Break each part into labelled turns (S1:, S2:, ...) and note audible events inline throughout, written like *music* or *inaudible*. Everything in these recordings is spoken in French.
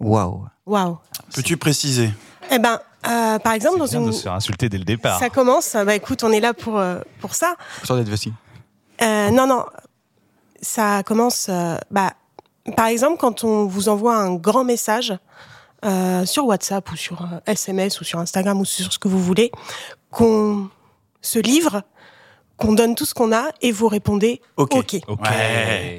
S1: Waouh.
S2: Waouh.
S3: Peux-tu préciser
S2: Eh ben, euh, par exemple, dans
S4: C'est bien
S2: une...
S4: de se faire insulter dès le départ.
S2: Ça commence, bah écoute, on est là pour, euh, pour ça.
S1: Sans d'être vexé.
S2: Euh, non, non, ça commence, euh, bah, par exemple, quand on vous envoie un grand message euh, sur WhatsApp ou sur euh, SMS ou sur Instagram ou sur ce que vous voulez, qu'on se livre, qu'on donne tout ce qu'on a et vous répondez
S3: Ok.
S2: OK.
S4: Ok.
S3: Ouais.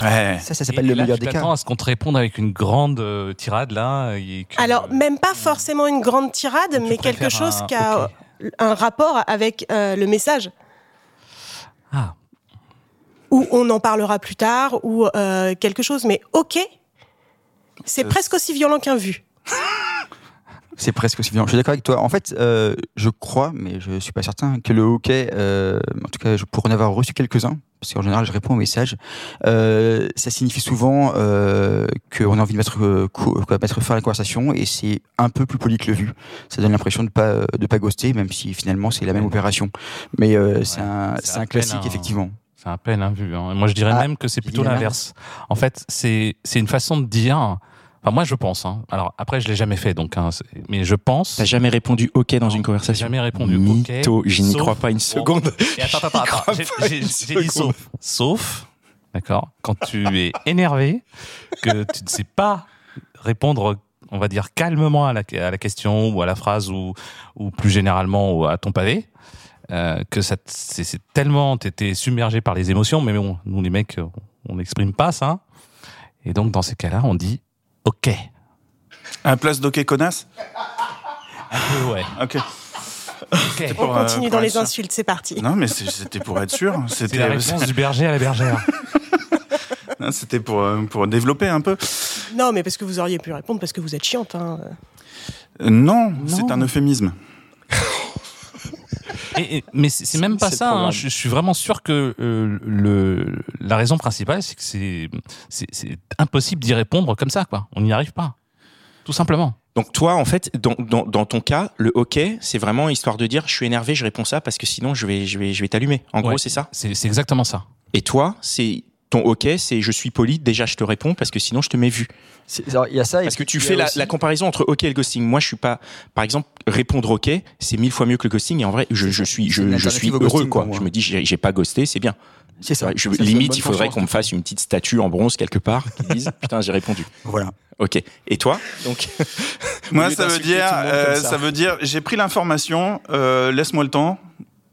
S3: Ouais.
S1: Ça, ça
S4: Et-
S1: s'appelle
S4: et
S1: le
S4: là,
S1: meilleur
S4: tu
S1: des
S4: t'attends
S1: cas.
S4: à ce qu'on te réponde avec une grande euh, tirade là. et que-
S3: euh,
S2: Alors, même pas forcément une grande tirade,
S4: Tu
S2: mais quelque
S4: préfères
S2: chose
S4: un-
S2: qui a euh,
S4: ok.
S2: un rapport avec euh, le message.
S4: Ah.
S2: Ou on en parlera plus tard, ou euh, quelque chose. Mais OK, c'est
S3: Euh,
S2: presque aussi violent qu'un vu.
S1: C'est presque aussi violent. Je suis d'accord avec toi. En fait, euh, je crois, mais je suis pas certain, que le hockey, euh, en tout cas, je- pour en avoir reçu quelques-uns, parce qu'en général, je réponds aux messages, euh, ça signifie souvent euh, qu'on a envie de mettre, euh, cou- quoi, mettre fin à la conversation et c'est un peu plus poli que le vu. Ça donne l'impression de pas, euh, de pas ghoster, même si finalement, c'est la même opération. Mais euh, c'est
S4: Ouais,
S1: un,
S4: c'est
S1: c'est
S4: à
S1: un
S4: peine
S1: classique,
S4: un-
S1: effectivement.
S4: C'est un peine, hein, vu. hein. Moi, je dirais
S1: Ah,
S4: même que c'est
S1: tu
S4: plutôt
S1: dis la
S4: l'inverse. En fait, c'est c'est une façon de dire. Enfin, moi, je pense. hein. Alors, après, je l'ai jamais fait, donc. hein, c'est- mais je pense.
S5: T'as jamais répondu OK dans une conversation
S4: jamais répondu OK,
S5: Mytho, je n'y
S4: sauf-
S5: crois
S4: *laughs*
S5: pas une seconde.
S4: Et attends, attends,
S5: J'y
S4: attends.
S5: crois
S4: J'ai-
S5: pas
S4: J'ai
S5: une
S4: j'ai dit
S5: seconde.
S4: sauf. Sauf, d'accord, quand tu es énervé, que tu ne sais pas répondre, on va dire, calmement à la, à la question ou à la phrase ou, ou plus généralement au- à ton pavé. euh, que ça te- c'est c'est tellement t'étais submergé par les émotions mais bon nous les mecs on n'exprime pas ça et donc dans ces cas-là on dit ok
S3: Un place d'hockey connasse
S4: ouais
S3: Ok.
S4: ok
S2: On
S3: Pour, euh,
S2: continue
S3: pour
S2: dans
S3: être
S2: les
S3: sûr.
S2: insultes, c'est parti.
S3: Non, mais c'est- c'était pour être sûr.
S4: c'est la
S3: C'était
S4: réponse du berger à la bergère
S3: *laughs* non, c'était pour, euh, pour développer un peu.
S2: Non, mais parce que vous auriez pu répondre, parce que vous êtes chiante. hein.
S3: Euh, Non, c'est un euphémisme.
S4: Et- et- mais c'est- c'est même pas
S1: C'est
S4: ça. hein.
S1: programme.
S4: Je, je suis vraiment sûr que euh, le, la raison principale, c'est que c'est- c'est c'est impossible d'y répondre comme ça. Quoi. On n'y arrive pas. Tout simplement.
S5: Donc toi, en fait, dans, dans, dans ton cas, le OK, c'est vraiment histoire de dire, je suis énervé, je réponds ça parce que sinon je vais, je vais, je vais t'allumer. En
S4: Ouais.
S5: gros, c'est ça.
S4: C'est c'est exactement ça.
S5: Et toi, c'est ton OK, c'est je suis poli, déjà je te réponds parce que sinon je te mets vu.
S1: C'est- alors, Il y a ça. et
S5: Parce que tu
S1: puis, il y
S5: fais
S1: a
S5: la,
S1: aussi-
S5: la comparaison entre OK et le ghosting. Moi, je suis pas, par exemple, répondre OK, c'est mille fois mieux que le ghosting. Et en vrai, je, je suis,
S1: C'est
S5: je,
S1: une
S5: je suis
S1: alternative au
S5: heureux,
S1: ghosting,
S5: quoi.
S1: pour moi.
S5: Je me dis, j'ai j'ai pas ghosté, c'est bien.
S1: C'est ça.
S5: Je-
S1: Ça, c'est une
S5: limite,
S1: bonne
S5: il faudrait
S1: conscience.
S5: qu'on me fasse une petite statue en bronze quelque part qui dise, *laughs* putain, j'ai répondu.
S1: Voilà.
S5: OK. Et toi, donc,
S3: Moi,
S5: lieu
S3: ça veut
S5: d'insulter
S3: dire,
S5: tout le monde comme
S3: euh,
S5: ça.
S3: ça veut dire, j'ai pris l'information, euh, laisse-moi le temps,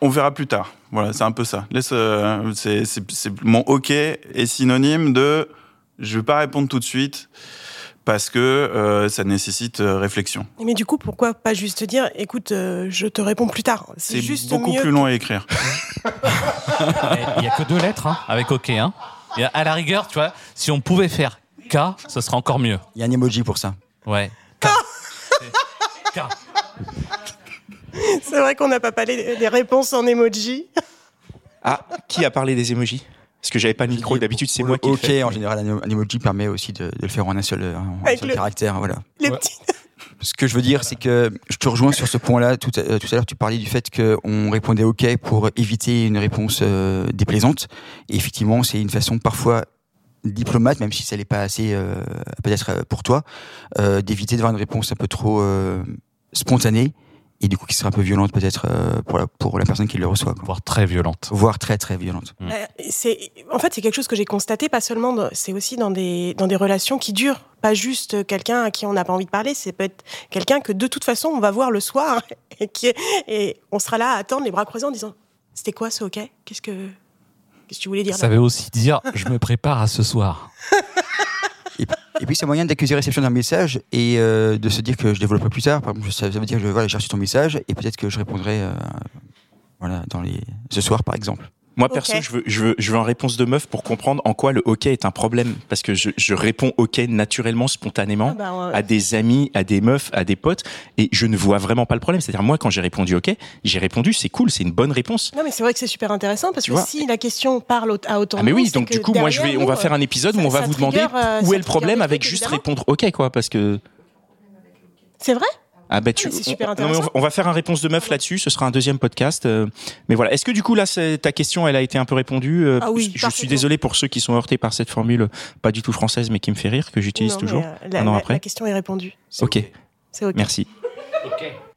S3: on verra plus tard. Voilà, c'est un peu ça. Laisse, euh, c'est, c'est- c'est- mon OK est synonyme de, je vais pas répondre tout de suite parce que euh, ça nécessite euh, réflexion.
S2: Mais du coup, pourquoi pas juste dire, écoute, euh, je te réponds plus tard.
S3: C'est
S2: C'est juste
S3: beaucoup
S2: mieux
S3: plus long à écrire.
S4: Et Il n'y a que deux lettres hein, avec OK. Hein. Et à la rigueur, tu vois, si on pouvait faire K, ça serait encore mieux.
S1: Il y a un emoji pour ça.
S4: Ouais. *laughs* K. K.
S2: *laughs* C'est vrai qu'on n'a pas parlé des réponses en emoji.
S5: ah, qui a parlé des émojis Parce que j'avais pas le micro. D'habitude, c'est
S1: Pour
S5: moi
S1: le
S5: qui le
S1: OK,
S5: fais.
S1: en général, un un emoji permet aussi de, de le faire en un seul, euh, en un
S2: Avec
S1: seul
S2: le-
S1: caractère. Voilà.
S2: Les
S4: Ouais.
S2: petits-
S1: Ce que je veux dire, c'est que je te rejoins sur ce point-là. Tout à, euh, tout à l'heure, tu parlais du fait qu'on répondait OK pour éviter une réponse euh, déplaisante. Et effectivement, c'est une façon parfois diplomate, même si ça n'est pas assez, euh, peut-être euh, pour toi, euh, d'éviter d'avoir une réponse un peu trop euh, spontanée et du coup qui serait un peu violente peut-être euh, pour, la, pour la personne qui le reçoit, quoi.
S4: voire très violente.
S1: voire très très violente.
S4: Mm.
S2: Euh, c'est en fait c'est quelque chose que j'ai constaté pas seulement dans- c'est aussi dans des dans des relations qui durent pas juste quelqu'un à qui on n'a pas envie de parler c'est peut-être quelqu'un que de toute façon on va voir le soir *laughs* et qui est- et on sera là à attendre les bras croisés en disant c'était quoi ce ok qu'est-ce que qu'est-ce que tu voulais dire
S4: Ça
S2: là
S4: veut aussi dire je me prépare à ce soir.
S1: Et puis c'est un moyen d'accuser réception d'un message et euh, de se dire que je développerai plus tard. Par exemple, ça, ça veut dire que voilà, j'ai reçu ton message et peut-être que je répondrai euh, voilà, dans les... ce soir par exemple.
S5: Moi,
S2: Ok.
S5: perso, je veux, je, veux, je veux en réponse de meuf pour comprendre en quoi le hockey est un problème. Parce que je, je réponds hockey naturellement, spontanément,
S2: Ah bah, on-
S5: à des amis, à des meufs, à des potes, et je ne vois vraiment pas le problème. C'est-à-dire, moi, quand j'ai répondu hockey, j'ai répondu, c'est cool, c'est une bonne réponse.
S2: non mais c'est vrai que c'est super intéressant parce
S5: Tu
S2: que
S5: vois.
S2: si la question parle au- à autant
S5: Ah
S2: de
S5: mais
S2: monde,
S5: oui,
S2: c'est
S5: donc
S2: que
S5: du coup, moi, je vais,
S2: derrière,
S5: on
S2: nous, euh,
S5: va faire un épisode où on va
S2: ça- ça
S5: vous
S2: trigger,
S5: demander
S2: euh,
S5: où
S2: ça
S5: est le
S2: trigger
S5: problème
S2: des
S5: avec
S2: trucs,
S5: juste
S2: évidemment.
S5: répondre OK, quoi, parce que.
S2: euh, c'est vrai
S5: Ah bah
S2: Ah,
S5: tu.
S2: mais c'est super
S5: on-
S2: intéressant.
S5: non, mais on, va, on va faire un réponse de meuf là-dessus. Ce sera un deuxième podcast. euh, mais voilà. Est-ce que du coup là, c'est- ta question, elle a été un peu répondue. euh,
S2: Ah oui,
S5: Je suis
S2: parfaitement.
S5: désolé pour ceux qui sont heurtés par cette formule pas du tout française, mais qui me fait rire que j'utilise
S2: Non, mais,
S5: toujours.
S2: euh, la,
S5: Un an
S2: la-
S5: après.
S2: la question est répondue C'est
S5: Ok.
S2: c'est ok
S5: Merci.